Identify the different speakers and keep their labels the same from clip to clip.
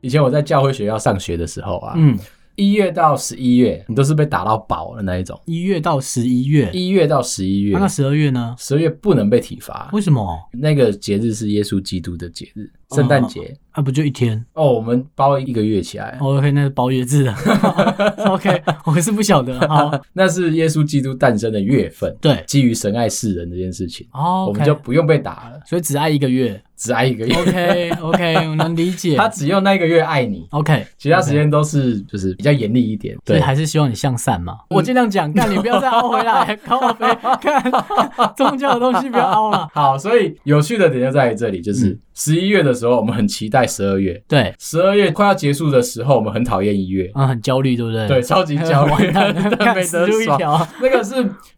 Speaker 1: 以前我在教会学校上学的时候啊，
Speaker 2: 嗯，
Speaker 1: 一月到十一月，你都是被打到饱的那一种。
Speaker 2: 一月到十一月，
Speaker 1: 一月到十一月
Speaker 2: 啊，那十二月呢？
Speaker 1: 十二月不能被体罚。
Speaker 2: 为什么？
Speaker 1: 那个节日是耶稣基督的节日，圣诞节。
Speaker 2: 啊，不就一天
Speaker 1: 哦，我们包一个月起来，
Speaker 2: 哦？OK，那是包月制的。OK，我是不晓得。好，
Speaker 1: 那是耶稣基督诞生的月份。
Speaker 2: 对，
Speaker 1: 基于神爱世人这件事情，
Speaker 2: 哦
Speaker 1: 我
Speaker 2: ，OK，
Speaker 1: 们就不用被打了，
Speaker 2: 所以只爱一个月。
Speaker 1: 只爱一个月。
Speaker 2: OK OK，我能理 解。
Speaker 1: 他只用那个月爱你，
Speaker 2: OK，
Speaker 1: 其他时间都是就是比较严厉一点。
Speaker 2: 所以
Speaker 1: 对，
Speaker 2: 还是希望你向善嘛。我尽量讲，干你不要再凹回 来，高我飞，看宗教的东西不要凹了。
Speaker 1: 好，所以有趣的点就在于这里，就是
Speaker 2: 嗯
Speaker 1: 十一月的时候，我们很期待十二月；
Speaker 2: 对，
Speaker 1: 十二月快要结束的时候，我们很讨厌一月，
Speaker 2: 啊，很焦虑，对不对？
Speaker 1: 对，，超级焦虑，
Speaker 2: 完蛋了，
Speaker 1: 但
Speaker 2: 干
Speaker 1: 没
Speaker 2: 死
Speaker 1: 得
Speaker 2: 路一
Speaker 1: 爽。
Speaker 2: 条。
Speaker 1: 那个是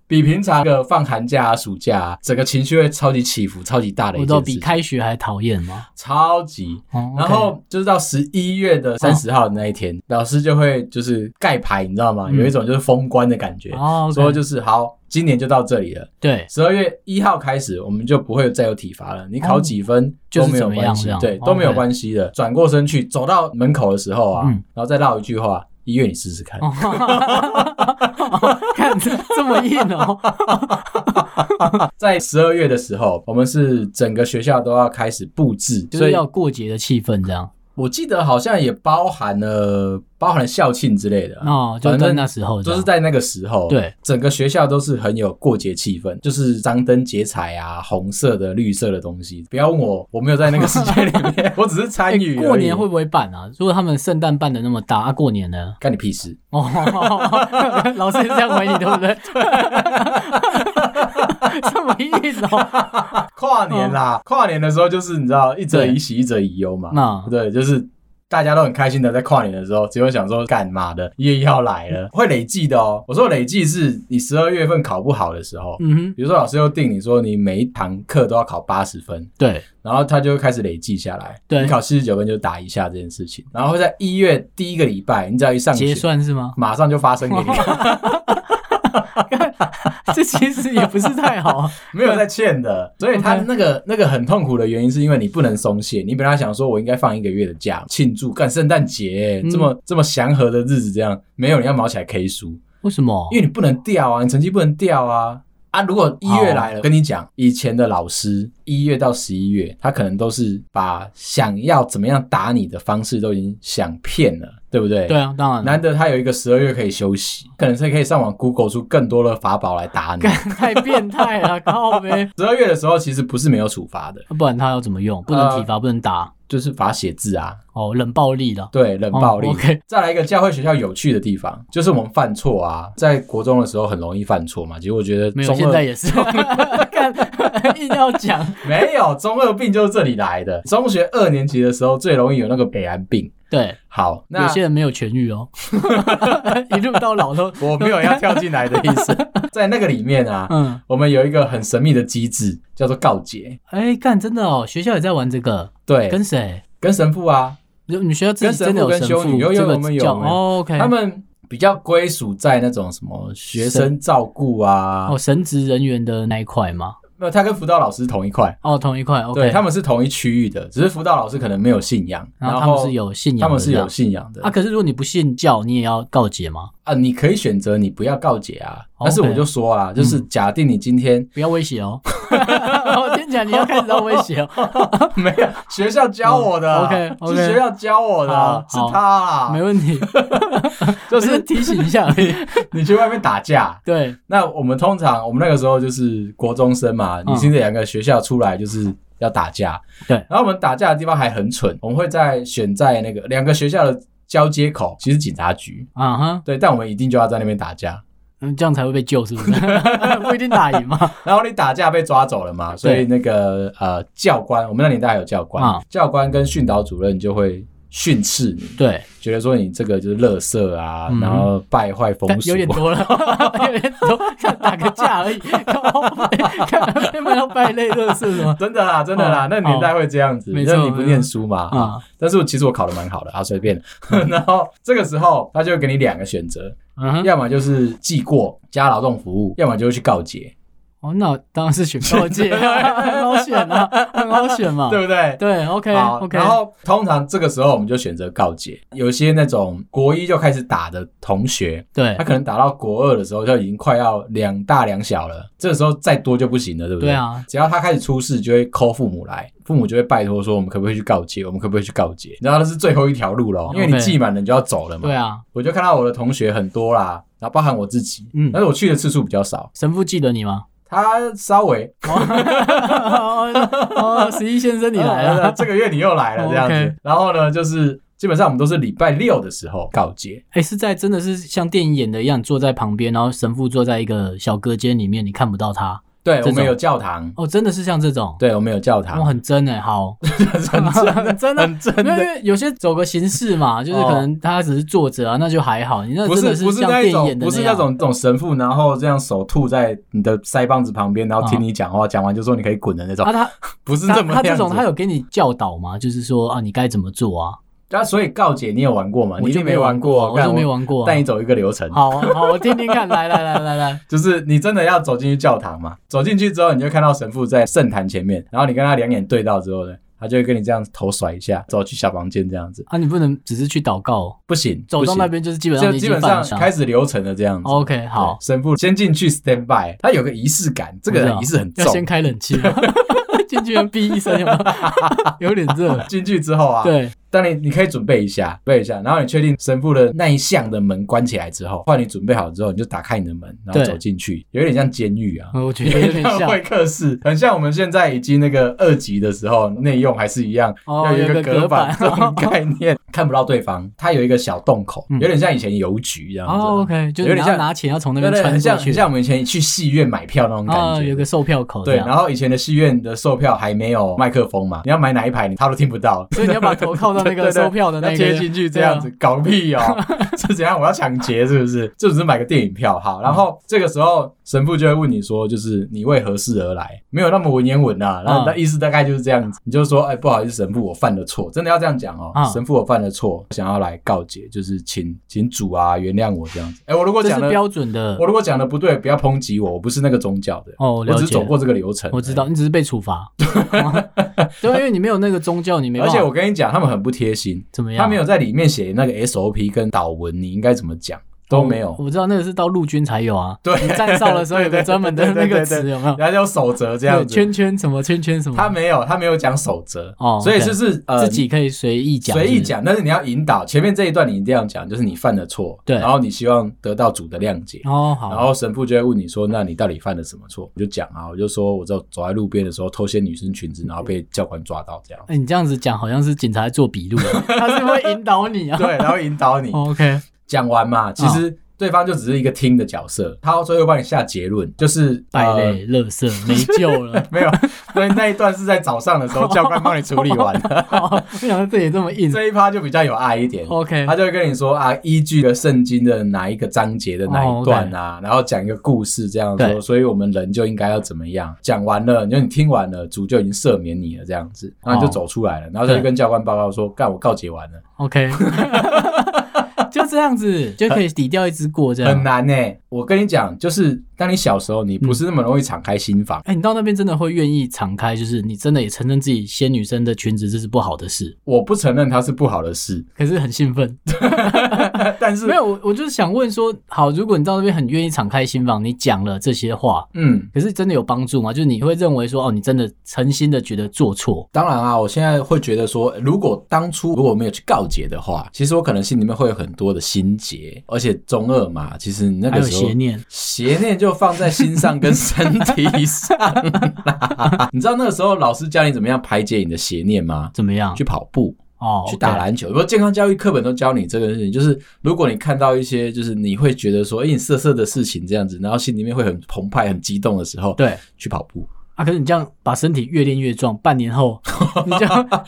Speaker 1: 比平常的放寒假啊、暑假啊，整个情绪会超级起伏、超级大的
Speaker 2: 我
Speaker 1: 一
Speaker 2: 都
Speaker 1: 件事
Speaker 2: 比
Speaker 1: 情，
Speaker 2: 开学还讨厌吗？
Speaker 1: 超级。
Speaker 2: 哦
Speaker 1: 然
Speaker 2: OK
Speaker 1: 后就是到十一月的三十号的那一天，老师就会就是盖牌，你知道吗？
Speaker 2: 嗯
Speaker 1: 有一种就是封关的感觉，
Speaker 2: 哦，OK，
Speaker 1: 说就是好，今年就到这里了。
Speaker 2: 对，
Speaker 1: 十二月一号开始，我们就不会再有体罚了。你考几分
Speaker 2: 哦就
Speaker 1: 都
Speaker 2: 是
Speaker 1: 没有关
Speaker 2: 怎么
Speaker 1: 系
Speaker 2: 样，这
Speaker 1: 对，
Speaker 2: 样
Speaker 1: 都没有
Speaker 2: OK
Speaker 1: 关系的。转过身去，走到门口的时候啊
Speaker 2: 嗯，
Speaker 1: 然后再唠一句话：“医院，你试试看。
Speaker 2: 哦 看这这么硬哦，”
Speaker 1: 在十二月的时候，我们是整个学校都要开始布置，
Speaker 2: 就
Speaker 1: 所
Speaker 2: 是
Speaker 1: 以
Speaker 2: 要过节的气氛这样。
Speaker 1: 我记得好像也包含了包含了校庆之类的啊。
Speaker 2: 哦，就
Speaker 1: 反
Speaker 2: 在
Speaker 1: 正
Speaker 2: 那时候这
Speaker 1: 都
Speaker 2: 样，
Speaker 1: 是在那个时候，
Speaker 2: 对，
Speaker 1: 整个学校都是很有过节气氛，就是张灯结彩啊，红色的、绿色的东西。不要问我，我没有在那个世界里 面，我只是参与
Speaker 2: 哎
Speaker 1: 而已。
Speaker 2: 过年会不会办啊？如果他们圣诞办的那么大，啊，过年呢？
Speaker 1: 干你屁事？
Speaker 2: 哦， 老师也这样回你，对不对？ 这么硬哦，
Speaker 1: 跨年啦，跨年的时候就是你知道一者
Speaker 2: 对
Speaker 1: 以喜，一者以忧嘛。
Speaker 2: 那
Speaker 1: 对，就是大家都很开心的在跨年的时候，只会想说干嘛的，也要来了， 会累计的哦。我说累计是你十二月份考不好的时候，
Speaker 2: 嗯哼，
Speaker 1: 比如说老师又定你说你每一堂课都要考八十分，
Speaker 2: 对，
Speaker 1: 然后他就会开始累计下来。
Speaker 2: 对
Speaker 1: 你考七十九分就打一下这件事情，然后会在一月第一个礼拜，你只要一上
Speaker 2: 结
Speaker 1: 学，
Speaker 2: 算是 吗？
Speaker 1: 马上就发生给你，
Speaker 2: 这其实也不是太好，
Speaker 1: 没有在欠的。所以他
Speaker 2: OK
Speaker 1: 那个那个很痛苦的原因，是因为你不能松懈。你本来想说我应该放一个月的假庆祝，干圣诞节
Speaker 2: 嗯
Speaker 1: 这么这么祥和的日子，这样没有你要毛起来 K 书，
Speaker 2: 为什么
Speaker 1: 因？为你不能掉啊，你成绩不能掉啊。啊，如果一月
Speaker 2: 哦
Speaker 1: 来了，跟你讲，以前的老师一月到十一月，他可能都是把想要怎么样打你的方式都已经想遍了，对不对？
Speaker 2: 对。啊，当然了，
Speaker 1: 难得他有一个十二月可以休息，可能是可以上网 Google 出更多的法宝来打你。
Speaker 2: 太变态了，靠呗。
Speaker 1: 十二月的时候其实不是没有处罚的，
Speaker 2: 不然他要怎么用？不能体罚，不能打，
Speaker 1: 就是罚写字啊，
Speaker 2: 哦，冷暴力了，
Speaker 1: 对，冷暴力。
Speaker 2: 哦 OK，
Speaker 1: 再来一个教会学校有趣的地方，就是我们犯错啊，在国中的时候很容易犯错嘛。其实我觉得
Speaker 2: 没有，
Speaker 1: 中
Speaker 2: 现在
Speaker 1: 二
Speaker 2: 也是，看硬要讲，
Speaker 1: 没有中二病就是这里来的。中学二年级的时候最容易有那个北安病。
Speaker 2: 对，
Speaker 1: 好，那
Speaker 2: 有些人没有痊愈哦， 一路到 老都，
Speaker 1: 我没有要跳进来的意思， 在那个里面啊，
Speaker 2: 嗯，
Speaker 1: 我们有一个很神秘的机制，叫做告解。
Speaker 2: 哎，干真的哦，学校也在玩这个，
Speaker 1: 对，跟
Speaker 2: 跟谁？
Speaker 1: 跟神父啊，
Speaker 2: 你你学校自
Speaker 1: 跟
Speaker 2: 己
Speaker 1: 神
Speaker 2: 真的
Speaker 1: 父
Speaker 2: 有
Speaker 1: 跟
Speaker 2: 神
Speaker 1: 修女
Speaker 2: 父
Speaker 1: 有有
Speaker 2: 这
Speaker 1: 我
Speaker 2: 个
Speaker 1: 们有
Speaker 2: 教
Speaker 1: 我们
Speaker 2: 哦，OK，
Speaker 1: 他们比较归属在那种什么学生照顾啊
Speaker 2: 哦，神职人员的那一块吗？
Speaker 1: 没有，他跟辅导老师同一块。
Speaker 2: 哦，同一块
Speaker 1: 对，
Speaker 2: ，OK，
Speaker 1: 他们是同一区域的，只是辅导老师可能没有信仰，
Speaker 2: 然后
Speaker 1: 后
Speaker 2: 他们是有信仰的
Speaker 1: 他们是
Speaker 2: 这
Speaker 1: 有
Speaker 2: 样
Speaker 1: 信仰的
Speaker 2: 啊，可是如果你不信教，你也要告解吗？
Speaker 1: 啊，你可以选择你不要告解啊，
Speaker 2: OK
Speaker 1: 但是我就说啊，就是假定你今天
Speaker 2: 不要威胁哦，我听起来你要开始要威胁哦，
Speaker 1: 没有学校教我的啊
Speaker 2: 嗯，OK，OK
Speaker 1: 是学校教我的啊，是
Speaker 2: 好好
Speaker 1: 他啊
Speaker 2: 没，问题，
Speaker 1: 就
Speaker 2: 只是
Speaker 1: 是
Speaker 2: 提醒一下而已，
Speaker 1: 你去外面打架，
Speaker 2: 对，
Speaker 1: 那我们通常我们那个时候就是国中生嘛，
Speaker 2: 嗯
Speaker 1: 你听着两个学校出来就是要打架，
Speaker 2: 对
Speaker 1: 然后我们打架的地方还很蠢，我们会在选在那个两个学校的交接口，其实警察局，
Speaker 2: 啊哈，
Speaker 1: 对，但我们一定就要在那边打架，
Speaker 2: 嗯，这样才会被救，是 不是？不一定打赢嘛，
Speaker 1: 然后你打架被抓走了嘛，所以那个呃教官，我们那年代还有教官，
Speaker 2: 啊
Speaker 1: 教官跟训导主任就会。训斥你，
Speaker 2: 对，
Speaker 1: 觉得说你这个就是垃圾啊，
Speaker 2: 嗯
Speaker 1: 然后败坏风
Speaker 2: 但
Speaker 1: 俗
Speaker 2: 有点
Speaker 1: 啊，
Speaker 2: 多了， 有点多，看打个架而已，靠背看有没有败类乐事什么
Speaker 1: 真的啊啦，真的啦，
Speaker 2: 哦
Speaker 1: 那年代会这样子，
Speaker 2: 哦没
Speaker 1: 你
Speaker 2: 错
Speaker 1: 说你不念书嘛，啊，
Speaker 2: 啊，
Speaker 1: 但是我其实我考的蛮好的啊，随便。 然后这个时候他就会给你两个选择，
Speaker 2: 嗯哼，
Speaker 1: 要么就是记过加劳动服务，要么就是去告解，
Speaker 2: 哦，那我当然是选高界， 很好选啊，很好选嘛，
Speaker 1: 对不对？
Speaker 2: 对，OK
Speaker 1: 好
Speaker 2: OK，
Speaker 1: 然后通常这个时候我们就选择告解。有些那种国一就开始打的同学，
Speaker 2: 对
Speaker 1: 他可能打到国二的时候就已经快要两大两小了，这个时候再多就不行了，对不对？
Speaker 2: 对啊，
Speaker 1: 只要他开始出事，就会 call 父母来，父母就会拜托说我们可不可以去告解，我们可不可以去告解？你知道那是最后一条路了，因为你
Speaker 2: OK
Speaker 1: 记满了你就要走了嘛。
Speaker 2: 对啊，
Speaker 1: 我就看到我的同学很多啦，然后包含我自己，
Speaker 2: 嗯
Speaker 1: 但是我去的次数比较少。
Speaker 2: 神父记得 你吗？
Speaker 1: 他稍微
Speaker 2: 哦，十一先生你来
Speaker 1: 呃
Speaker 2: 了，
Speaker 1: 这个月你又 来了这样子。
Speaker 2: OK
Speaker 1: 然后呢，就是基本上我们都是礼拜六的时候告解，
Speaker 2: 哎，是在真的是像电影演的一样，坐在旁边，然后神父坐在一个小隔间里面，你看不到他，
Speaker 1: 对
Speaker 2: 这
Speaker 1: 我
Speaker 2: 种
Speaker 1: 们有教堂，
Speaker 2: 哦，真的是像这种，
Speaker 1: 对我们有教堂
Speaker 2: 我，很真哎，好，
Speaker 1: 很
Speaker 2: 真
Speaker 1: 真
Speaker 2: 的
Speaker 1: 的，很真
Speaker 2: 没有，因
Speaker 1: 的。
Speaker 2: 为有些走个形式嘛，就是可能他只是坐着啊，那就还好。你那
Speaker 1: 不
Speaker 2: 真
Speaker 1: 是
Speaker 2: 的
Speaker 1: 不是
Speaker 2: 像
Speaker 1: 那
Speaker 2: 电
Speaker 1: 一
Speaker 2: 影
Speaker 1: 种
Speaker 2: 演的
Speaker 1: 不是那
Speaker 2: 样，
Speaker 1: 种这种神父，然后这样手吐在你的腮帮子旁边，然后听
Speaker 2: 哦
Speaker 1: 你讲话，讲完就说你可以滚的那种
Speaker 2: 啊，，他
Speaker 1: 不 是
Speaker 2: 他
Speaker 1: 这么
Speaker 2: 他
Speaker 1: 样
Speaker 2: 这种
Speaker 1: 子
Speaker 2: 他有给你教导吗？就是说啊，你该怎么做啊？
Speaker 1: 啊，所以告解你有玩过吗？
Speaker 2: 我
Speaker 1: 哦你一
Speaker 2: 就
Speaker 1: 定
Speaker 2: 没
Speaker 1: 玩
Speaker 2: 过啊，我
Speaker 1: 干
Speaker 2: 就没玩过啊。
Speaker 1: 带你走一个流程，
Speaker 2: 好好，我听听看，来来来来来，
Speaker 1: 就是你真的要走进去教堂嘛？走进去之后，你就看到神父在圣坛前面，然后你跟他两眼对到之后呢，他就会跟你这样头甩一下，走去小房间这样子，
Speaker 2: 啊，你不能只是去祷告，
Speaker 1: 不行，
Speaker 2: 走到
Speaker 1: 不行
Speaker 2: 那边就是基本上
Speaker 1: 就
Speaker 2: 你已
Speaker 1: 基
Speaker 2: 经
Speaker 1: 本
Speaker 2: 犯
Speaker 1: 上
Speaker 2: 了上。
Speaker 1: 开始流程了这样子。
Speaker 2: OK，
Speaker 1: 对
Speaker 2: 好，
Speaker 1: 神父先进去 stand by，他有个仪式感，这
Speaker 2: 我
Speaker 1: 个
Speaker 2: 知道
Speaker 1: 仪式很
Speaker 2: 要先
Speaker 1: 重。
Speaker 2: 开冷 气吗，进去逼一声有没有， 有点热。
Speaker 1: 进去之后啊，
Speaker 2: 对，
Speaker 1: 当然你可以准备一下，准备一下，然后你确定神父的那一项的门关起来之后，换你准备好之后，你就打开你的门，然后
Speaker 2: 对
Speaker 1: 走进去，有点像监狱啊。
Speaker 2: 我觉得有点 像
Speaker 1: 会客室，很像我们现在已经那个二级的时候，内用还是一样，
Speaker 2: 哦
Speaker 1: 要有一
Speaker 2: 有
Speaker 1: 个
Speaker 2: 一个
Speaker 1: 隔板
Speaker 2: 隔
Speaker 1: 这
Speaker 2: 板
Speaker 1: 种概念， 看不到对方，它有一个小洞口，
Speaker 2: 嗯
Speaker 1: 有点像以前邮局这样子。啊
Speaker 2: 哦，OK，就是
Speaker 1: 有
Speaker 2: 你
Speaker 1: 点
Speaker 2: 要
Speaker 1: 像
Speaker 2: 拿钱要从那
Speaker 1: 对
Speaker 2: 边
Speaker 1: 对，
Speaker 2: 穿
Speaker 1: 很像
Speaker 2: 过
Speaker 1: 很
Speaker 2: 去，
Speaker 1: 像我们以前去戏院买票那种感
Speaker 2: 啊，
Speaker 1: 觉。
Speaker 2: 有个售票口这
Speaker 1: 对，
Speaker 2: 样，
Speaker 1: 然后以前的戏院的售票还没有麦克风嘛，你要买哪一排，你他都听不到。
Speaker 2: 所以你要把头靠到那
Speaker 1: 对
Speaker 2: 个
Speaker 1: 对对
Speaker 2: 售票的那
Speaker 1: 要
Speaker 2: 个啊
Speaker 1: 贴进去这样子，搞个 屁哦！是怎样？我要抢劫是不是？就只是买个电影票好。然后这个时候神父就会问你说，就是你为何事而来？没有那么文言文
Speaker 2: 嗯
Speaker 1: 啊。然后那意思大概就是这样子，你就说，哎，不好意思，神父，我犯了错，真的要这样讲哦
Speaker 2: 嗯。
Speaker 1: 神父，我犯了错，想要来告解，就是请请主啊原谅我这样子。哎，我如果
Speaker 2: 对啊，
Speaker 1: 讲
Speaker 2: 这
Speaker 1: 的
Speaker 2: 是标准的
Speaker 1: 我。如果讲的不对，不要抨击我，我不是那个宗教的。
Speaker 2: 哦，
Speaker 1: 我
Speaker 2: 了
Speaker 1: 只
Speaker 2: 解
Speaker 1: 走，过这个流程，
Speaker 2: 我知道，。你只是被 处罚，对啊，因为你没有那个宗教，你没
Speaker 1: 而
Speaker 2: 办
Speaker 1: 且
Speaker 2: 法
Speaker 1: 我跟你讲，他们很不贴心，
Speaker 2: 怎么样，
Speaker 1: 他没有在里面写那个 SOP 跟导文，你应该怎么讲都没有。
Speaker 2: 我知道那个是到陆军才有啊，
Speaker 1: 对
Speaker 2: 你站哨的时候有个专门的那
Speaker 1: 对对
Speaker 2: 个
Speaker 1: 对对
Speaker 2: 词，有没有？
Speaker 1: 人家有守则这样
Speaker 2: 对，
Speaker 1: 子，
Speaker 2: 圈圈什么圈圈什么，
Speaker 1: 他没有，他没有讲守则，
Speaker 2: 哦
Speaker 1: 所以
Speaker 2: OK
Speaker 1: 就是呃
Speaker 2: 自己可以随意讲，
Speaker 1: 随
Speaker 2: 是
Speaker 1: 意
Speaker 2: 不是，
Speaker 1: 讲，但是你要引导前面这一段，你一定要讲，就是你犯了错，
Speaker 2: 对
Speaker 1: 然后你希望得到主的谅解。
Speaker 2: 哦，好，
Speaker 1: 然后神父就会问你说：“那你到底犯了什么错？”我就讲啊，我就说我走走在路边的时候偷掀女生裙子，然后被教官抓到这样
Speaker 2: 。哎，你这样子讲好像是警察在做笔录啊， 他是会引导你啊。
Speaker 1: 对，然后引导你
Speaker 2: 哦，OK，
Speaker 1: 讲完嘛，其实对方就只是一个听的角色，他最后帮你下结论，就是
Speaker 2: 败。
Speaker 1: 呃。
Speaker 2: 类、垃圾，没救了
Speaker 1: 没有，所以那一段是在早上的时候，教官帮你处理完 的。
Speaker 2: 好没想到这也这么硬。
Speaker 1: 这一趴就比较有爱一点，
Speaker 2: OK，
Speaker 1: 他就会跟你说啊，依据了圣经的哪一个章节的哪一段啊，然后讲一个故事这样
Speaker 2: 哦对
Speaker 1: 说，所以我们人就应该要怎么样。讲完了，你就你听完了，主就已经赦免你了这样子，然后你就走出来
Speaker 2: 哦
Speaker 1: 了，然后他就跟教官报告说，干我告解完了，
Speaker 2: OK，就这样子就可以抵掉一只过这样。
Speaker 1: 很难呢、欸我跟你讲，就是当你小时候，你不是那么容易敞开心房。
Speaker 2: 哎、你到那边真的会愿意敞开，就是你真的也承认自己仙女生的裙子这是不好的事，
Speaker 1: 我不承认它是不好的事，
Speaker 2: 可是很兴奋。
Speaker 1: 但是
Speaker 2: 没有，我我就是想问说，好，如果你到那边很愿意敞开心房，你讲了这些话，
Speaker 1: 嗯。
Speaker 2: 可是真的有帮助吗？就是你会认为说，哦，你真的诚心的觉得做错，
Speaker 1: 当然啊，我现在会觉得说，如果当初如果没有去告解的话，其实我可能心里面会有很多的心结，而且中二嘛，其实你那
Speaker 2: 还
Speaker 1: 个
Speaker 2: 有
Speaker 1: 时候
Speaker 2: 邪念，
Speaker 1: 邪念就放在心上跟身体上啦。你知道那个时候老师教你怎么样排解你的邪念 吗？
Speaker 2: 怎么样？
Speaker 1: 去跑步，
Speaker 2: 哦，
Speaker 1: 去打
Speaker 2: OK，
Speaker 1: 篮球。不过健康教育课本都教你这个事情，就是如果你看到一些就是你会觉得说，哎、你色色的事情这样子，然后心里面会很澎湃、很激动的时候，
Speaker 2: 对，
Speaker 1: 去跑步。
Speaker 2: 啊，可是你这样把身体越练越壮，半 年后你就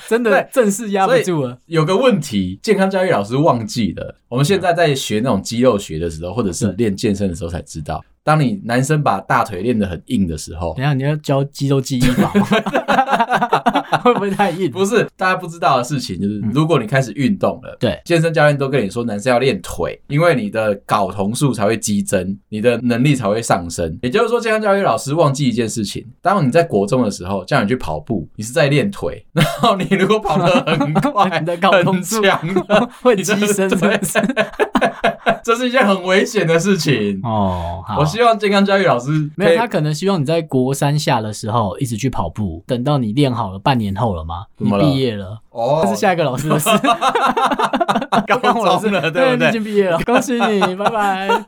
Speaker 2: 真的
Speaker 1: 对
Speaker 2: 正式压不住了。
Speaker 1: 有个问题，健康教育老师忘记了。我们现在在学那种肌肉学的时候，或者
Speaker 2: 嗯
Speaker 1: 是练健身的时候才知道，当你男生把大腿练得很硬的时候
Speaker 2: 等，一下你要教肌肉记忆法 吗？会不会太硬？
Speaker 1: 不是大家不知道的事情，就是
Speaker 2: 嗯
Speaker 1: 如果你开始运动了，
Speaker 2: 对
Speaker 1: 健身教练都跟你说，男生要练腿，因为你的睾酮素才会激增，你的能力才会上升。也就是说，健康教育老师忘记一件事情：当你在国中的时候叫你去跑步，你是在练腿，然后你如果跑得很快，
Speaker 2: 你的睾酮
Speaker 1: 很
Speaker 2: 素
Speaker 1: 强的，
Speaker 2: 会
Speaker 1: 你
Speaker 2: 激
Speaker 1: 的
Speaker 2: 升是不
Speaker 1: 对
Speaker 2: 是？
Speaker 1: 这是一件很危险的事情。
Speaker 2: 哦，好
Speaker 1: 我。希望健康教育老师
Speaker 2: 没有，
Speaker 1: 可以
Speaker 2: 他可能希望你在国三下的时候一直去跑步，等到你练好了半年后了嘛，
Speaker 1: 怎
Speaker 2: 你
Speaker 1: 么了
Speaker 2: 毕业了，
Speaker 1: 哦
Speaker 2: 这是下一个老师 的事。
Speaker 1: 高
Speaker 2: 我老师
Speaker 1: 中了，对不
Speaker 2: 你已
Speaker 1: 对？
Speaker 2: 经毕业了，恭喜你， 拜拜。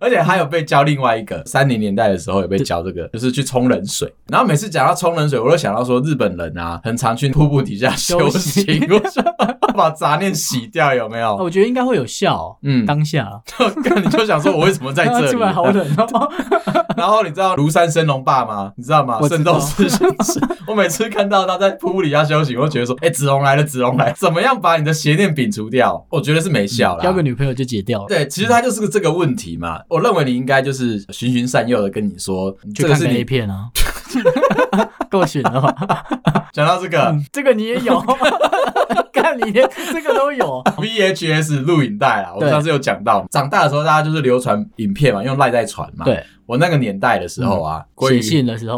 Speaker 1: 而且还有被教另外一个，三零年代的时候有被教这个，就是去冲冷水。然后每次讲到冲冷水，我都想到说日本人啊，很常去瀑布底下修
Speaker 2: 休息
Speaker 1: 行， 我想把杂念洗掉，有没
Speaker 2: 啊
Speaker 1: 有？
Speaker 2: 我觉得应该会有效，
Speaker 1: 嗯，
Speaker 2: 当下
Speaker 1: 干你就想说，我为什么 在这
Speaker 2: 出来好
Speaker 1: 里？
Speaker 2: 冷 哦。
Speaker 1: 然后你知道庐山升龙霸吗？你知道吗？
Speaker 2: 我知
Speaker 1: 圣
Speaker 2: 道
Speaker 1: 斗士星矢，我每次看到他在瀑布底下休息，我就觉得说，哎、子龙来了，子龙来了，怎么样把你的邪念摒除掉？我觉得是没效啦。
Speaker 2: 嗯交个女朋友就解掉了，
Speaker 1: 对，其实他就是个这个问题嘛。我认为你应该就是循循善诱的跟你说，
Speaker 2: 去
Speaker 1: 这个
Speaker 2: 看
Speaker 1: 是
Speaker 2: 个 A
Speaker 1: 你
Speaker 2: 片啊， 够选了吧？
Speaker 1: 讲到这个
Speaker 2: 嗯这个你也有， 看你连这个都有。
Speaker 1: VHS 录影带啊，我们
Speaker 2: 对
Speaker 1: 上次有讲到，长大的时候大家就是流传影片嘛，用赖在传嘛。，
Speaker 2: 对，嗯
Speaker 1: 我那个年代的时候啊，
Speaker 2: 写
Speaker 1: 于
Speaker 2: 信的时候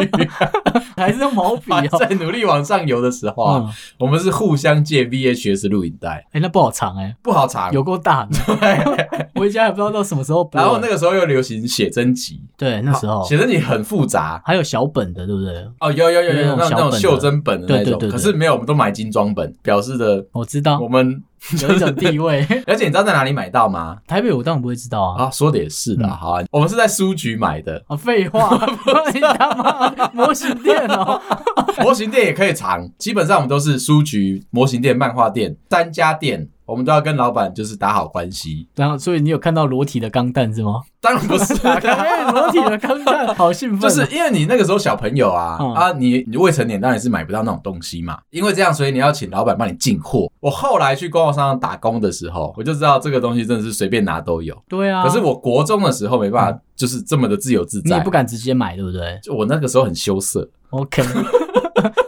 Speaker 2: 还是用毛笔
Speaker 1: 还
Speaker 2: 哦。
Speaker 1: 在努力往上游的时候啊，
Speaker 2: 嗯，
Speaker 1: 我们是互相借 VHS 录影带，
Speaker 2: 哎，那不好藏哎，
Speaker 1: 不好查。
Speaker 2: 有够大的，
Speaker 1: 对，
Speaker 2: 我一家也不知道到什么时候播。
Speaker 1: 然后那个时候又流行写真集，
Speaker 2: 对那时候
Speaker 1: 写真集很复杂。
Speaker 2: 还有小本的，对不对？
Speaker 1: 哦，有有有
Speaker 2: 有
Speaker 1: 有
Speaker 2: 那种
Speaker 1: 那种那种
Speaker 2: 小本的
Speaker 1: 袖珍本的
Speaker 2: 对
Speaker 1: 那
Speaker 2: 对
Speaker 1: 种，
Speaker 2: 对
Speaker 1: 可
Speaker 2: 对
Speaker 1: 是没有，我们都买精装本，表示的
Speaker 2: 我知道
Speaker 1: 我们
Speaker 2: 有一种地位，
Speaker 1: 而且你知道在哪里买到吗？
Speaker 2: 台北我当然不会知道啊。
Speaker 1: 啊，说的也是的，
Speaker 2: 嗯，
Speaker 1: 好啊，我们是在书局买的
Speaker 2: 啊，废话，你他妈模型店哦，
Speaker 1: 模型店也可以藏，基本上我们都是书局、模型店、漫画店三家店，我们都要跟老板就是打好关系。
Speaker 2: 然后，所以你有看到裸体的钢弹是吗？。
Speaker 1: 当然不是啊
Speaker 2: 打开哎裸体的钢弹，好兴 奋
Speaker 1: 就
Speaker 2: 哦！
Speaker 1: 是因为你那个时候小朋友啊、
Speaker 2: 嗯
Speaker 1: 啊，你你未成年当然是买不到那种东西嘛。因为这样，所以你要请老板帮你进货。我后来去逛商场打工的时候，我就知道这个东西真的是随便拿都有。
Speaker 2: 对啊，
Speaker 1: 可是我国中的时候没办法，就是这么的自由自
Speaker 2: 嗯你也
Speaker 1: 在
Speaker 2: 不。敢直接买，对不对
Speaker 1: 就我那个时候很羞涩，
Speaker 2: ？OK，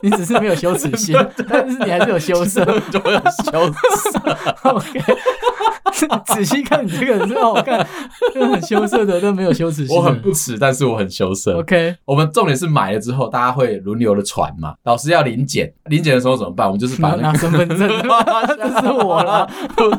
Speaker 2: 你只是没有羞耻 心，但是你还是有羞涩。
Speaker 1: 就会很羞涩。
Speaker 2: OK，仔细看你这个人真好看，真的很羞涩的，但没有羞耻心的。
Speaker 1: 我很不耻，但是我很羞涩。
Speaker 2: OK，
Speaker 1: 我们重点是买了之后，大家会轮流的传嘛。老师要临检，临检的时候怎么办？我们就是把
Speaker 2: 拿
Speaker 1: 那
Speaker 2: 拿
Speaker 1: 个。
Speaker 2: 身 份证， 这是我啦，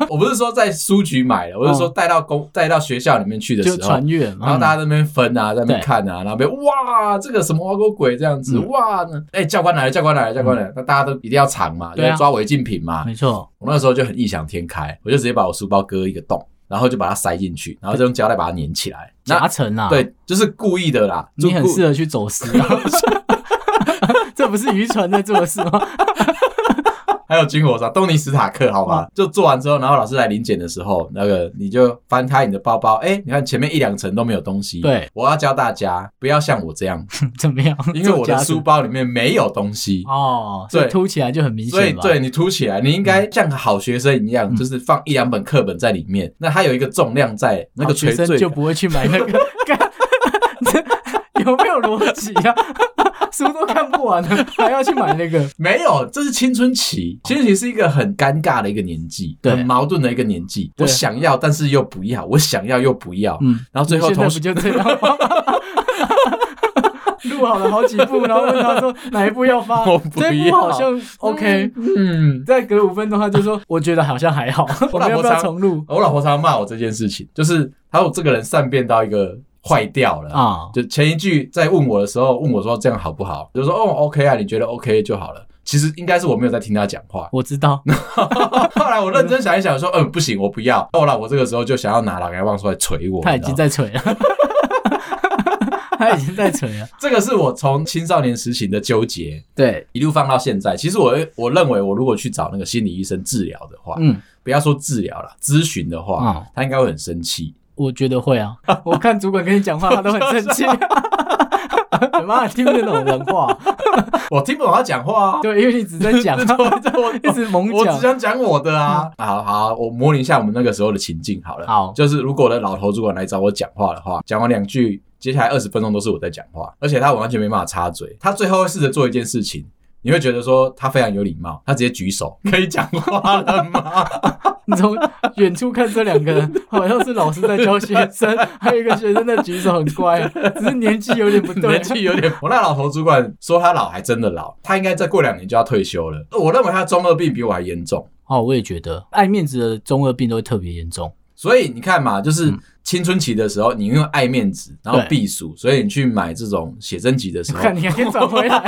Speaker 1: 我不是说在书局买的，我是说带到公带到学校里面去的
Speaker 2: 就
Speaker 1: 时候
Speaker 2: 传，阅嘛。
Speaker 1: 然后大家在那边分啊，在那边
Speaker 2: 对
Speaker 1: 看啊，然后被哇这个什么挖沟鬼这样子，
Speaker 2: 嗯
Speaker 1: 哇呢，哎教官来了，教官来了，教官来了，那大家都一定要藏嘛，就
Speaker 2: 对啊
Speaker 1: 要抓违禁品嘛。
Speaker 2: 没错，
Speaker 1: 我那时候就很异想天开，我就直接把我书包割一个洞，然后就把它塞进去，然后就用胶带把它粘起来。那
Speaker 2: 夹层啊，
Speaker 1: 对，就是故意的啦。就
Speaker 2: 你很
Speaker 1: 故
Speaker 2: 适合去走私啊！ 这不是渔船在做的事吗？
Speaker 1: 还有军火商东尼史塔克，好吗？就做完之后，然后老师来临检的时候，那个你就翻开你的包包，哎、你看前面一两层都没有东西。
Speaker 2: 对，
Speaker 1: 我要教大家不要像我这 样，
Speaker 2: 怎么样？
Speaker 1: 因为我的
Speaker 2: 做夹
Speaker 1: 书
Speaker 2: 层
Speaker 1: 包里面没有东西。
Speaker 2: 哦，所以
Speaker 1: 对
Speaker 2: 凸起来就很明
Speaker 1: 所以，
Speaker 2: 显吧？
Speaker 1: 对你凸起来，你应该像个好学生一样，
Speaker 2: 嗯
Speaker 1: 就是放一两本课本在里面。那它有一个重量在，那个
Speaker 2: 好学
Speaker 1: 垂坠
Speaker 2: 生就不会去 买那个。干 这有没有逻辑啊？ 书都看不完了，还要去买那个？
Speaker 1: 没有，这是青春期。青春期是一个很尴尬的一个年纪，
Speaker 2: 对
Speaker 1: 很矛盾的一个年纪。
Speaker 2: 对
Speaker 1: 我想要，但是又不要；我想要又不要。
Speaker 2: 嗯，
Speaker 1: 然后最后
Speaker 2: 现在
Speaker 1: 同
Speaker 2: 不
Speaker 1: 学
Speaker 2: 就这样吗？ 录好了好几部，然后问他说哪一部要发？
Speaker 1: 我不
Speaker 2: 这部
Speaker 1: 要
Speaker 2: 好像 OK。
Speaker 1: 嗯，
Speaker 2: 再隔五分钟，他就说：“我觉得好像还 好，我们要不要重录
Speaker 1: 我老婆常常骂我这件事情，就是她说我这个人善变到一个坏掉了。
Speaker 2: 啊？”
Speaker 1: 就前一句在问我的时候，问我说这样好不好，就说哦 OK 啊，你觉得 OK 就好了。其实应该是我没有在听她讲话。
Speaker 2: 我知道，
Speaker 1: 后来我认真想一想，说嗯不行，我不要。后来我这个时候就想要拿老干棒出来捶我。
Speaker 2: 他已
Speaker 1: 你知道吗
Speaker 2: 经在 锤了，他已经在锤了。
Speaker 1: 这个是我从青少年时期的纠结，
Speaker 2: 对，
Speaker 1: 一路放到现在。其实我我认为，我如果去找那个心理医生治疗的话，
Speaker 2: 嗯，
Speaker 1: 不要说治疗了，咨询的话，
Speaker 2: 嗯
Speaker 1: 他应该会很生气。
Speaker 2: 我觉得会啊。我看主管跟你讲话，他都很生气。妈的听不懂人话，
Speaker 1: 我听不懂他讲话啊。
Speaker 2: 对，因为你只在 讲，
Speaker 1: 这我这我
Speaker 2: 一直猛
Speaker 1: 我只
Speaker 2: 讲，
Speaker 1: 想
Speaker 2: 嗯
Speaker 1: 讲我的啊。好好，我模拟一下我们那个时候的情境好了。
Speaker 2: 好
Speaker 1: 就是如果我的老头主管来找我讲话的话，讲完两句，接下来二十分钟都是我在讲话，而且他完全没办法插嘴。他最后会试着做一件事情。你会觉得说他非常有礼貌，他直接举手，可以讲话了吗？
Speaker 2: 你从远处看这两个人，好像是老师在教学生，还有一个学生在举手很乖啊，只是年纪有点不 对
Speaker 1: 年。纪有点……我那老头主管说他老还真的老，他应该再过两年就要退休了。我认为他中二病比我还严重。
Speaker 2: 哦，我也觉得爱面子的中二病都会特别严重。
Speaker 1: 所以你看嘛，就是
Speaker 2: 嗯
Speaker 1: 青春期的时候，你因为爱面子，然后
Speaker 2: 对
Speaker 1: 避暑，所以你去买这种写真集的时候，
Speaker 2: 看，你还可以转回来，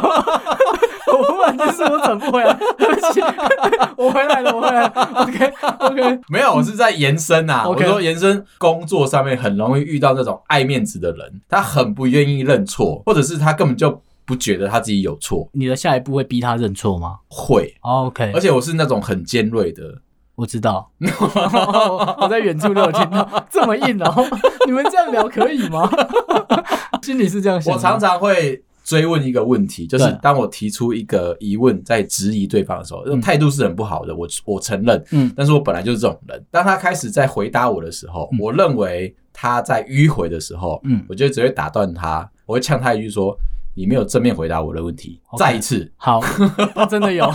Speaker 2: 我忽然就是我转不回来，对不起，我回来了，我回来了，OK OK，
Speaker 1: 没有，我是在延伸啊。
Speaker 2: OK
Speaker 1: 我说延伸工作上面很容易遇到这种爱面子的人，他很不愿意认错，或者是他根本就不觉得他自己有错，
Speaker 2: 你的下一步会逼他认错吗
Speaker 1: 会。
Speaker 2: 哦？OK，
Speaker 1: 而且我是那种很尖锐的，
Speaker 2: 我知道， 我我在远处都有听到，这么硬 哦，你们这样聊可以吗？ 心里是这样想
Speaker 1: 我
Speaker 2: 的，
Speaker 1: 常常会追问一个问题，就是
Speaker 2: 对
Speaker 1: 当我提出一个疑问，在质疑对方的时候，这种态度是很不好的，我我承认，
Speaker 2: 嗯
Speaker 1: 但是我本来就是这种人。当他开始在回答我的时候，
Speaker 2: 嗯
Speaker 1: 我认为他在迂回的时候，
Speaker 2: 嗯
Speaker 1: 我就只会打断他，我会呛他一句说：“你没有正面回答我的问题。”
Speaker 2: OK
Speaker 1: 再一次，
Speaker 2: 好，他真的有。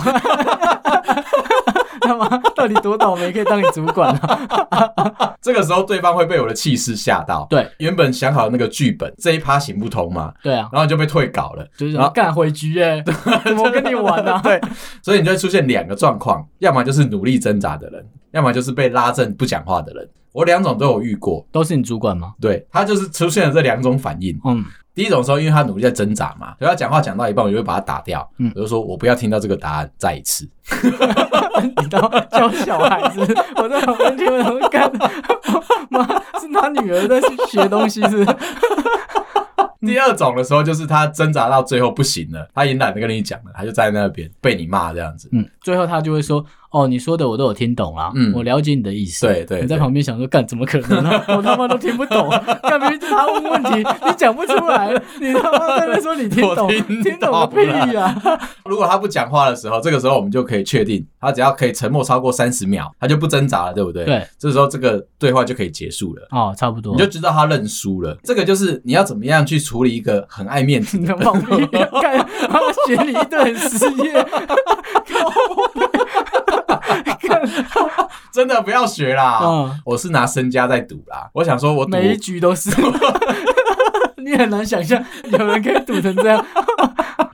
Speaker 2: 他妈到底多倒霉可以当你主管啊？
Speaker 1: 这个时候对方会被我的气势吓到。
Speaker 2: 对，
Speaker 1: 原本想好的那个剧本这一趴行不通嘛，
Speaker 2: 对啊，
Speaker 1: 然后你就被退稿了。
Speaker 2: 就是想干回局耶、怎么跟你玩啊？
Speaker 1: 对，所以你就会出现两个状况，要么就是努力挣扎的人，要么就是被拉正不讲话的人。我两种都有遇过，
Speaker 2: 都是你主管吗？
Speaker 1: 对他就是出现了这两种反应。
Speaker 2: 嗯，
Speaker 1: 第一种时候，因为他努力在挣扎嘛，所以他讲话讲到一半，我就会把他打掉，
Speaker 2: 嗯
Speaker 1: 我就说我不要听到这个答案再一次。
Speaker 2: 你当教小孩 子，我在旁边听我说干，妈是他女儿在学东西是不是？嗯
Speaker 1: 第二种的时候，就是他挣扎到最后不行了，他已经懒得跟你讲了，他就在那边被你骂这样子。
Speaker 2: 嗯，最后他就会说：“哦，你说的我都有听懂啦，
Speaker 1: 嗯
Speaker 2: 我了解你的意思。”
Speaker 1: 对对
Speaker 2: 你在
Speaker 1: 对
Speaker 2: 旁边想说：“干，怎么可能呢、啊 我他妈都听不懂，干明明就是他问问题，你讲不出来， 你他妈在那说你听
Speaker 1: 我
Speaker 2: 懂，
Speaker 1: 听
Speaker 2: 懂个
Speaker 1: 懂了
Speaker 2: 屁啊呀、
Speaker 1: 如果他不讲话的时候，这个时候我们就可以确定，他只要可以沉默超过三十秒，他就不挣扎了，对不对？
Speaker 2: 对，
Speaker 1: 这时候这个对话就可以结束了。
Speaker 2: 哦，差不多
Speaker 1: 你就知道他认输了，这个就是你要怎么样去处理一个很爱面子
Speaker 2: 你
Speaker 1: 的
Speaker 2: 的
Speaker 1: 人。
Speaker 2: 毛 病，看他妈学你一顿失业，
Speaker 1: 真的不要学啦！
Speaker 2: 嗯
Speaker 1: 我是拿身家在赌啦。我想说我，赌
Speaker 2: 每一局都是。 你很难想象有人可以赌成这 样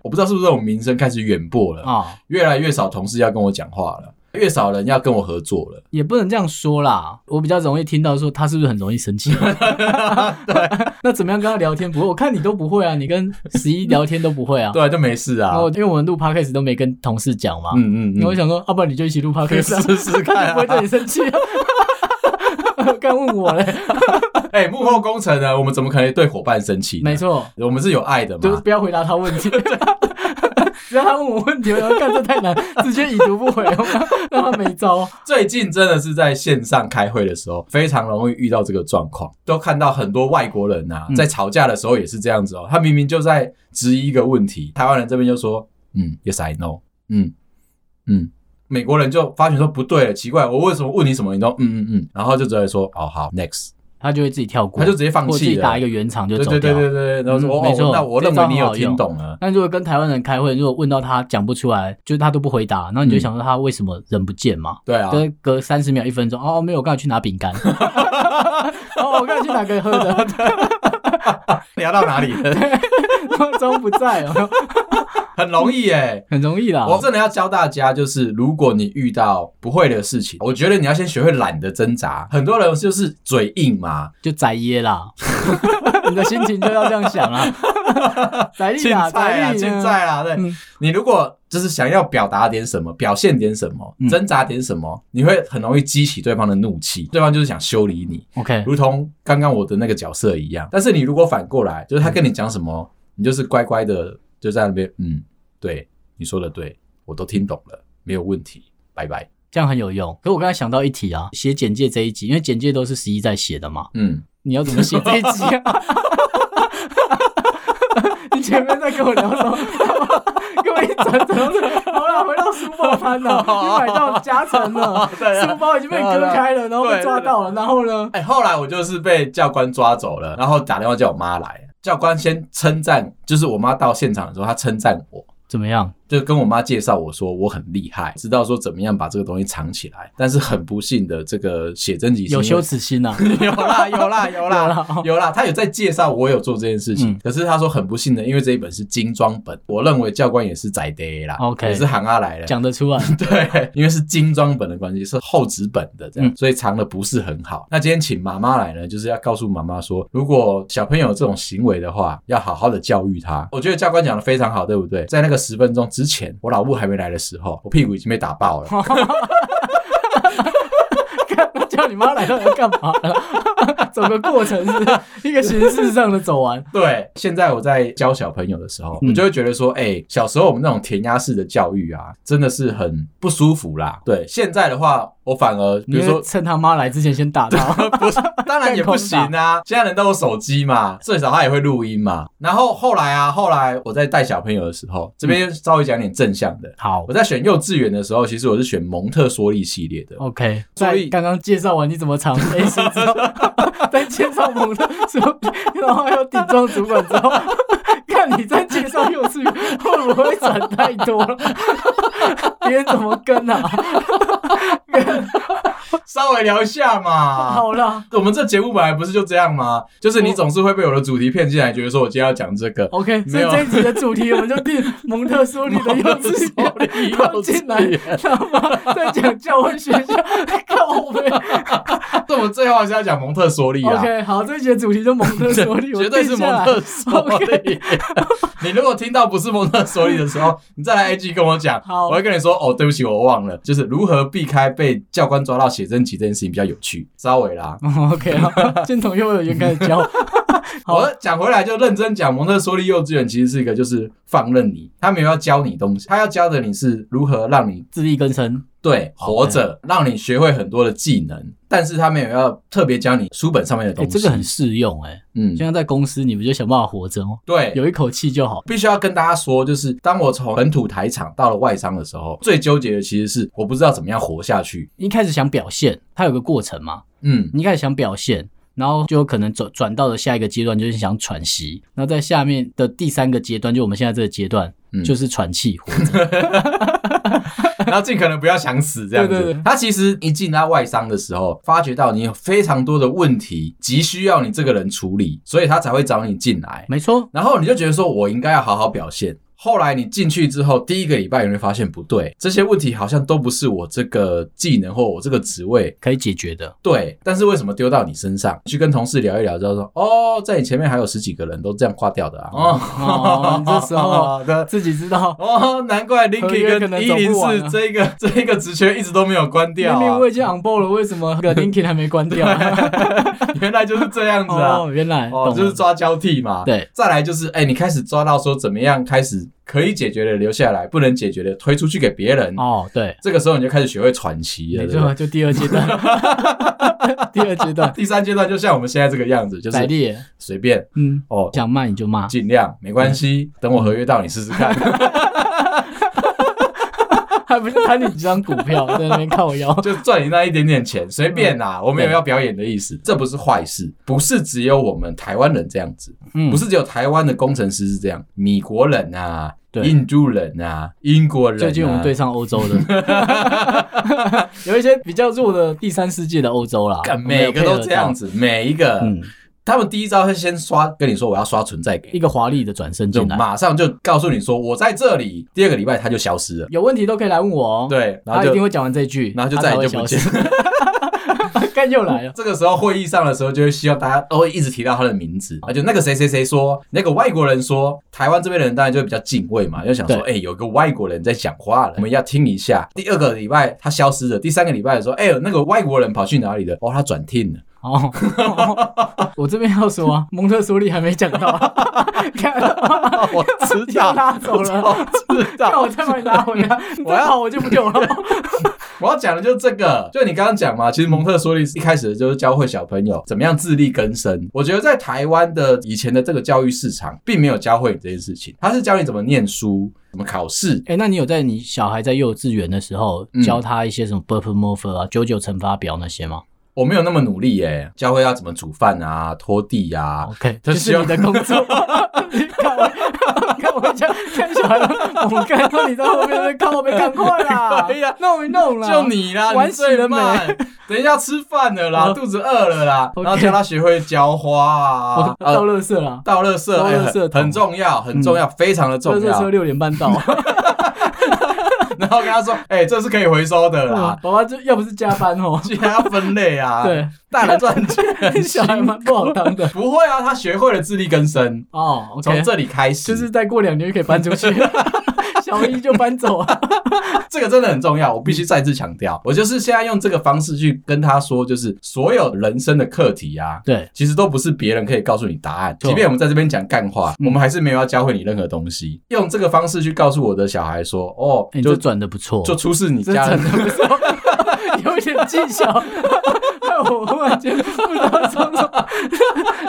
Speaker 1: 我不知道是不是这种名声开始远播了，
Speaker 2: 啊、
Speaker 1: 越来越少同事要跟我讲话了，越少人要跟我合作了。
Speaker 2: 也不能这样说啦。我比较容易听到说他是不是很容易生气。 那怎么样跟他聊天？不会，我看你都不会啊，你跟十一聊天都不会啊。
Speaker 1: 对啊，就没事啊
Speaker 2: 然。后因为我们录 podcast 都没跟同事讲嘛，
Speaker 1: 嗯嗯
Speaker 2: 然后我
Speaker 1: 嗯，
Speaker 2: 想说，要、啊不然你就一起录 podcast，、啊、
Speaker 1: 试试看
Speaker 2: 不会对
Speaker 1: 啊。
Speaker 2: 你生气、啊。刚问我嘞，
Speaker 1: 哎，幕后工程呢？我们怎么可能对伙伴生气？
Speaker 2: 没，错，
Speaker 1: 我们是有爱的
Speaker 2: 就是
Speaker 1: 嘛。
Speaker 2: 不要回答他问题。只要他问我问题，我要干这太难，直接已读不回， 让他没招。
Speaker 1: 最近真的是在线上开会的时候，非常容易遇到这个状况，都看到很多外国人啊
Speaker 2: 嗯，
Speaker 1: 在吵架的时候也是这样子哦。他明明就在质疑一个问题，台湾人这边就说：“嗯，Yes I know。”嗯嗯，美国人就发觉说不对了，奇怪，我为什么问你什么，你都嗯嗯嗯，然后就直接说：“哦好，Next。
Speaker 2: 他就会自己跳”过，
Speaker 1: 他就直接放
Speaker 2: 或自
Speaker 1: 弃
Speaker 2: 己打
Speaker 1: 了
Speaker 2: 一。个圆场就
Speaker 1: 对
Speaker 2: 走掉。
Speaker 1: 对对对对，然后说：“
Speaker 2: 嗯没错
Speaker 1: 哦，那我认为你有听懂了。”
Speaker 2: 那如果跟台湾人开会，如果问到他讲不出来，就是他都不回答，然后你就想说他为什么人不见嘛？
Speaker 1: 对啊，
Speaker 2: 隔隔三十秒一分钟，哦，没有，我刚才去拿 饼干，哦，我刚才去拿个喝的，
Speaker 1: 聊到哪里了？
Speaker 2: 装不在哦，
Speaker 1: 很容易耶。
Speaker 2: 很容易啦。
Speaker 1: 我真的要教大家，就是如果你遇到不会的事情，我觉得你要先学会懒得挣扎。很多人就是嘴硬嘛，
Speaker 2: 就宰耶啦， 你的心情就要这样想啦， 宰力
Speaker 1: 青菜
Speaker 2: 啦，宰
Speaker 1: 啦，
Speaker 2: 力，
Speaker 1: 青菜啦，对、
Speaker 2: 嗯
Speaker 1: 你如果就是想要表达点什么，表现点什么
Speaker 2: 嗯，
Speaker 1: 挣扎点什么，你会很容易激起对方的怒气，对方就是想修理你，
Speaker 2: ，OK，
Speaker 1: 如同刚刚我的那个角色一样。但是你如果反过来，就是他跟你讲什么，你就是乖乖的就在那边，嗯，对，你说的对，我都听懂了，没有问题，拜拜，
Speaker 2: 这样很有用。可我刚才想到一题啊，写简介这一集，因为简介都是十一在写的嘛，
Speaker 1: 嗯。
Speaker 2: 你要怎么写这一集啊？前面在跟我聊什么，跟我一整整整，好了，回到书包摊了，你买到夹层了，
Speaker 1: 对啊
Speaker 2: 书包已经被你割开了，然后被抓到了，然后呢？
Speaker 1: 哎、后来我就是被教官抓走了，然后打电话叫我妈来。教官先称赞，就是我妈到现场的时候，她称赞我，
Speaker 2: 怎么样？
Speaker 1: 就跟我妈介绍我说我很厉害，知道说怎么样把这个东西藏起来。但是很不幸的，这个写真集是因
Speaker 2: 有
Speaker 1: 为
Speaker 2: 羞耻心呐、
Speaker 1: 有啦，有啦，有
Speaker 2: 有
Speaker 1: 啦
Speaker 2: 啦哦，
Speaker 1: 有啦。他有在介绍我有做这件事情，
Speaker 2: 嗯
Speaker 1: 可是他说很不幸的，因为这一本是精装本，我认为教官也是宰爹啦
Speaker 2: OK
Speaker 1: 也是行阿来了。
Speaker 2: 讲得出来。
Speaker 1: 对，因为是精装本的关系，是厚纸本的这样，
Speaker 2: 嗯
Speaker 1: 所以藏的不是很好。那今天请妈妈来呢，就是要告诉妈妈说，如果小朋友有这种行为的话，要好好的教育他。我觉得教官讲的非常好，对不对？在那个十分钟之前，我老布还没来的时候，我屁股已经被打 爆了。
Speaker 2: 叫你妈来到底要干嘛了？ 走个过程是不是一个形式上的走完。
Speaker 1: 对，现在我在教小朋友的时候，
Speaker 2: 嗯
Speaker 1: 我就会觉得说，哎、小时候我们那种填鸭式的教育啊，真的是很不舒服啦。对，现在的话，我反而比
Speaker 2: 你
Speaker 1: 如
Speaker 2: 就
Speaker 1: 说。
Speaker 2: 趁他妈来之前先打他。
Speaker 1: 不是，当然也不行啊！现在人都有手机嘛，最少他也会录音嘛。然后后来啊，后来我在带小朋友的时候，这边稍微讲点正向的。
Speaker 2: 好
Speaker 1: 我在选幼稚园的时候，其实我是选蒙特梭利系列的。
Speaker 2: ，OK。
Speaker 1: 所
Speaker 2: 在
Speaker 1: 以
Speaker 2: 刚刚介绍完你怎 么藏 A C 之后，在介绍蒙特说， 然后还有顶撞主管之后， 看你在介绍幼稚园会不会转太多了？ 别人怎么跟啊？
Speaker 1: 稍微聊一下嘛。
Speaker 2: 好啦
Speaker 1: 我们这节目本来不是就这样吗？就是你总是会被我的主题骗进来，觉得说我今天要讲这个，
Speaker 2: o k 所
Speaker 1: 没
Speaker 2: 以
Speaker 1: 有
Speaker 2: 这一集的主题我们就定蒙特梭利的 幼稚园。放进来，然后嘛在讲教会学校， 靠背。
Speaker 1: 对， 我们最后还是要讲蒙特梭利啊。
Speaker 2: OK，好，这一节主题就蒙特梭利，我
Speaker 1: 绝对是
Speaker 2: 定下
Speaker 1: 蒙
Speaker 2: 来
Speaker 1: 特梭利。 你如果听到不是蒙特梭利的时候，你再 来 IG 跟我讲，
Speaker 2: 好
Speaker 1: 我会跟你说哦，对不起，我忘了，就是如何避开被教官抓到写真集这件事情比较有趣，稍微啦。
Speaker 2: 哦 OK 啊，先从幼儿园开始教。 好
Speaker 1: 我讲回来就认真讲，蒙特梭利幼稚园其实是一个就是放任你，他没有要教你东西，他要教的你是如何让你
Speaker 2: 自力更生，
Speaker 1: 对活着，
Speaker 2: 哎
Speaker 1: 让你学会很多的技能，但是他没有要特别教你书本上面的
Speaker 2: 哎、
Speaker 1: 东西。
Speaker 2: 这个很适用哎、
Speaker 1: 嗯
Speaker 2: 就，像在公司，你们就想办法活着哦，
Speaker 1: 对，
Speaker 2: 有一口气就好。
Speaker 1: 必须要跟大家说，就是当我从本土台场到了外商的时候，最纠结的其实是我不知道怎么样活下去。
Speaker 2: 一开始想表现，它有个过程嘛，
Speaker 1: 嗯，
Speaker 2: 你一开始想表现。然后就有可能转转到了下一个阶段，就是想喘息。然后在下面的第三个阶段，就我们现在这个阶段，
Speaker 1: 嗯
Speaker 2: 就是喘气活着。
Speaker 1: 然后尽可能不要想死这样子。
Speaker 2: 对对对
Speaker 1: 他其实一进到外商的时候，发觉到你有非常多的问题，急需要你这个人处理，所以他才会找你进来。
Speaker 2: 没错，
Speaker 1: 然后你就觉得说我应该要好好表现。后来你进去之后，第一个礼拜你会发现不对，这些问题好像都不是我这个技能或我这个职位
Speaker 2: 可以解决的。
Speaker 1: 对，但是为什么丢到你身上？去跟同事聊一聊，之后说哦，在你前面还有十几个人都这样挂掉的啊。
Speaker 2: 哦这时 候
Speaker 1: 的。
Speaker 2: 自己知道，
Speaker 1: 哦，难怪
Speaker 2: 合约
Speaker 1: Linky
Speaker 2: 可
Speaker 1: 跟
Speaker 2: 能
Speaker 1: 一
Speaker 2: 走
Speaker 1: 零
Speaker 2: 不完啊
Speaker 1: 四这一个这一个职缺一直都没有关掉、
Speaker 2: 明
Speaker 1: 啊，
Speaker 2: 明我已经 on board 了，为什么那个 LinkedIn 还没关 掉？
Speaker 1: 原来就是这样子啊，
Speaker 2: 哦，原来
Speaker 1: 哦，
Speaker 2: 懂
Speaker 1: 就是
Speaker 2: 了。
Speaker 1: 抓交替嘛。
Speaker 2: 对，
Speaker 1: 再来就是，哎、你开始抓到说怎么样开始可以解决的留下来，不能解决的推出去给别人，
Speaker 2: 哦，对，
Speaker 1: 这个时候你就开始学会喘息了，
Speaker 2: 没
Speaker 1: 对不
Speaker 2: 错，
Speaker 1: 对？
Speaker 2: 就第二 阶段，第二阶段
Speaker 1: 第三阶段就像我们现在这个样子，就
Speaker 2: 百
Speaker 1: 是
Speaker 2: 丽，
Speaker 1: 随便
Speaker 2: 嗯，
Speaker 1: 哦，
Speaker 2: 想骂你就骂，
Speaker 1: 尽量没关
Speaker 2: 嗯
Speaker 1: 系，等我合约到你试试 看。
Speaker 2: 还不是贪你几张股票在那边靠腰。
Speaker 1: 就赚你那一点点钱，随便啦、
Speaker 2: 嗯
Speaker 1: 我没有要表演的意思，这不是坏事，不是只有我们台湾人这样子，
Speaker 2: 嗯
Speaker 1: 不是只有台湾的工程师是这样，米国人啊，
Speaker 2: 对
Speaker 1: 印度人啊，英国人、啊，
Speaker 2: 最近我们对上欧洲的， 有一些比较弱的第三世界的欧洲啦
Speaker 1: 干，
Speaker 2: 我们
Speaker 1: 每
Speaker 2: 有
Speaker 1: 个都
Speaker 2: 配合
Speaker 1: 这样
Speaker 2: 到，
Speaker 1: 子，每一个，
Speaker 2: 嗯，
Speaker 1: 他们第一招是先刷，跟你说我要刷存在感
Speaker 2: 一。个华丽的转身
Speaker 1: 就
Speaker 2: 进来，
Speaker 1: 马上就告诉你说我在这里，第二个礼拜他就消失了，
Speaker 2: 有问题都可以来问我哦。，
Speaker 1: 对，然
Speaker 2: 他
Speaker 1: 后
Speaker 2: 一定
Speaker 1: 就
Speaker 2: 会讲完这句，
Speaker 1: 然后就
Speaker 2: 他
Speaker 1: 再
Speaker 2: 才
Speaker 1: 也
Speaker 2: 会
Speaker 1: 就不
Speaker 2: 消
Speaker 1: 见
Speaker 2: 失。
Speaker 1: 了。
Speaker 2: 干又来 了。
Speaker 1: 这个时候会议上的时候，就会希望大家都会一直提到他的名字，啊，就那个谁谁谁说，那个外国人说，台湾这边的人当然就会比较敬畏嘛，就想说，哎、有个外国人在讲话了，我们要听一下。第二个礼拜他消失了，第三个礼拜的时候，哎、那个外国人跑去哪里了？哦，他转 team 了。
Speaker 2: 哦，我这边要 说啊，蒙特梭利还没讲到，看
Speaker 1: 啊 我知
Speaker 2: 又拉走 了
Speaker 1: 我知
Speaker 2: 那
Speaker 1: 道。
Speaker 2: 我再把你拉回来，你
Speaker 1: 我
Speaker 2: 再
Speaker 1: 要
Speaker 2: 跑我就不有了。
Speaker 1: 我要讲的就是这个，就你刚刚讲嘛，其实蒙特梭利一开始就是教会小朋友怎么样自力更生。我觉得在台湾的以前的这个教育市场，并没有教会你这件事情，他是教你怎么念书、怎么考试。
Speaker 2: 哎、那你有在你小孩在幼稚园的时候
Speaker 1: 嗯
Speaker 2: 教他一些什么 b u r p e m o f e r 啊、九九乘法表那些吗
Speaker 1: 我没有那么努力耶、教会要怎么煮饭啊、拖地啊。
Speaker 2: ？OK，
Speaker 1: 就
Speaker 2: 这
Speaker 1: 是
Speaker 2: 是你的工 作。 你看我， 看我家看小孩，我看到你在后面在看我没看过啦，
Speaker 1: 哎呀
Speaker 2: 弄一弄啦，
Speaker 1: 就你啦，
Speaker 2: 玩
Speaker 1: 你
Speaker 2: 死
Speaker 1: 最
Speaker 2: 了没
Speaker 1: 慢。等一下吃饭了啦，
Speaker 2: 哦
Speaker 1: 肚子饿了啦，
Speaker 2: OK
Speaker 1: 然后教他学会浇花啊
Speaker 2: 哦，到垃圾啦，
Speaker 1: 倒垃圾，
Speaker 2: 倒
Speaker 1: 哎
Speaker 2: 垃圾
Speaker 1: 很很
Speaker 2: 桶
Speaker 1: 重要，很重要，非常的
Speaker 2: 垃
Speaker 1: 重
Speaker 2: 圾车
Speaker 1: 要。
Speaker 2: 六点半到。
Speaker 1: 然后跟他说，哎，这是可以回收的啦，，
Speaker 2: 爸爸就要不是加班哦
Speaker 1: 其他分类啊，
Speaker 2: 对，
Speaker 1: 大人赚 钱很辛
Speaker 2: 小孩
Speaker 1: 苦
Speaker 2: 蛮不好当的
Speaker 1: 不会啊，他学会了自力更生，
Speaker 2: 哦。OK，
Speaker 1: 从这里开始，
Speaker 2: 就是再过两年就可以搬出去， 小一就搬走啊。
Speaker 1: 这个真的很重要，我必须再次强调，我就是现在用这个方式去跟他说，就是所有人生的课题啊。
Speaker 2: 对，
Speaker 1: 其实都不是别人可以告诉你答案，
Speaker 2: 错嗯
Speaker 1: 即便我们在这边讲干话，我们还是没有要教会你任何东西。用这个方式去告诉我的小孩说：“哦，
Speaker 2: 哎你这
Speaker 1: 就
Speaker 2: 转的不错，
Speaker 1: 就出示你
Speaker 2: 这
Speaker 1: 家人
Speaker 2: 转的不错，有一点技巧。害我忽然间不知道说什么，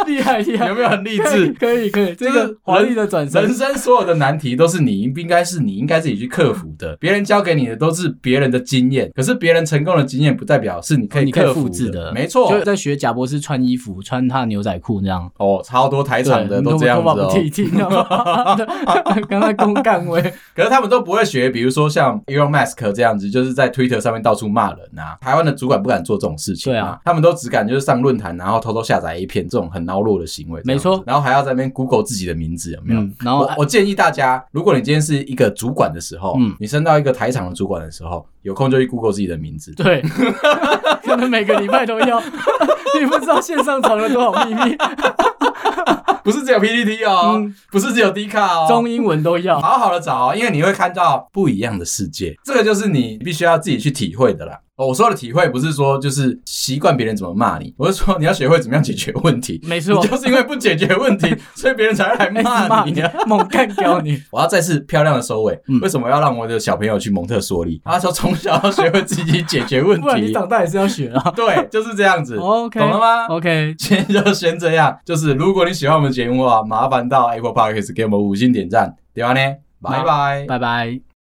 Speaker 2: 厉害厉 害
Speaker 1: 有，没有很 励
Speaker 2: 可以
Speaker 1: 志？
Speaker 2: 可以可以，这
Speaker 1: 就是
Speaker 2: 个华丽的转
Speaker 1: 人
Speaker 2: 身。
Speaker 1: 生所有的难题都是你应该是你应该自己去克服的，别人教给你的都是别人的经验，可是别人成功的经验不代表哦是你可以
Speaker 2: 你可以
Speaker 1: 克服
Speaker 2: 复制的，
Speaker 1: 没错。
Speaker 2: 就在学贾博士穿衣服，穿他牛仔裤那样，
Speaker 1: 哦，超多台场的都这样子
Speaker 2: 头发
Speaker 1: 哦
Speaker 2: 不，剃一剃，你知道吗？ 跟他公干位，
Speaker 1: 可是他们都不会学，比如说像 Elon Musk 这样子，就是在 Twitter 上面到处骂人啊。台湾的主管不敢做这种事情
Speaker 2: 对啊，
Speaker 1: 他们都只敢就是上论坛，然后偷偷下载 A 片这种很孬弱的行为，
Speaker 2: 没
Speaker 1: 这
Speaker 2: 错
Speaker 1: 样子然后还要在那边 Google 自己的名字有没有？
Speaker 2: 嗯，然后
Speaker 1: 我我建议大家，如果你今天是一个主管的时候，
Speaker 2: 嗯
Speaker 1: 你升到一个台场的主管的时候，有空就去 Google 自己的名字。
Speaker 2: 对， 可能每个礼拜都要， 你不知道线上藏了多少秘
Speaker 1: 哦
Speaker 2: 密，
Speaker 1: 不是只有 PPT 哦，
Speaker 2: 嗯
Speaker 1: 不是只有 D 卡哦，
Speaker 2: 中英文都要。
Speaker 1: 好好的找，哦因为你会看到不一样的世界，这个就是你必须要自己去体会的啦。哦，我说的体会不是说就是习惯别人怎么骂你，我是说你要学会怎么样解决问题。
Speaker 2: 没
Speaker 1: 你
Speaker 2: 错，
Speaker 1: 就是因为不解决问 题，所以别人才会来
Speaker 2: 一直
Speaker 1: 骂你
Speaker 2: 你
Speaker 1: 啊！，
Speaker 2: 猛干 掉你。
Speaker 1: 我要再次漂亮的收尾。
Speaker 2: 嗯
Speaker 1: 为什么要让我的小朋友去蒙特梭利？他说从小要学会自己解决问
Speaker 2: 不然你
Speaker 1: 题。
Speaker 2: 长大也是要学啊。
Speaker 1: 对，就是这样子。
Speaker 2: OK，
Speaker 1: 懂了吗？
Speaker 2: ？OK，
Speaker 1: 今天就先这样。就是如果你喜欢我们节目啊，麻烦到 Apple Podcast 给我们五星点赞，对吧呢？拜拜。
Speaker 2: 拜拜。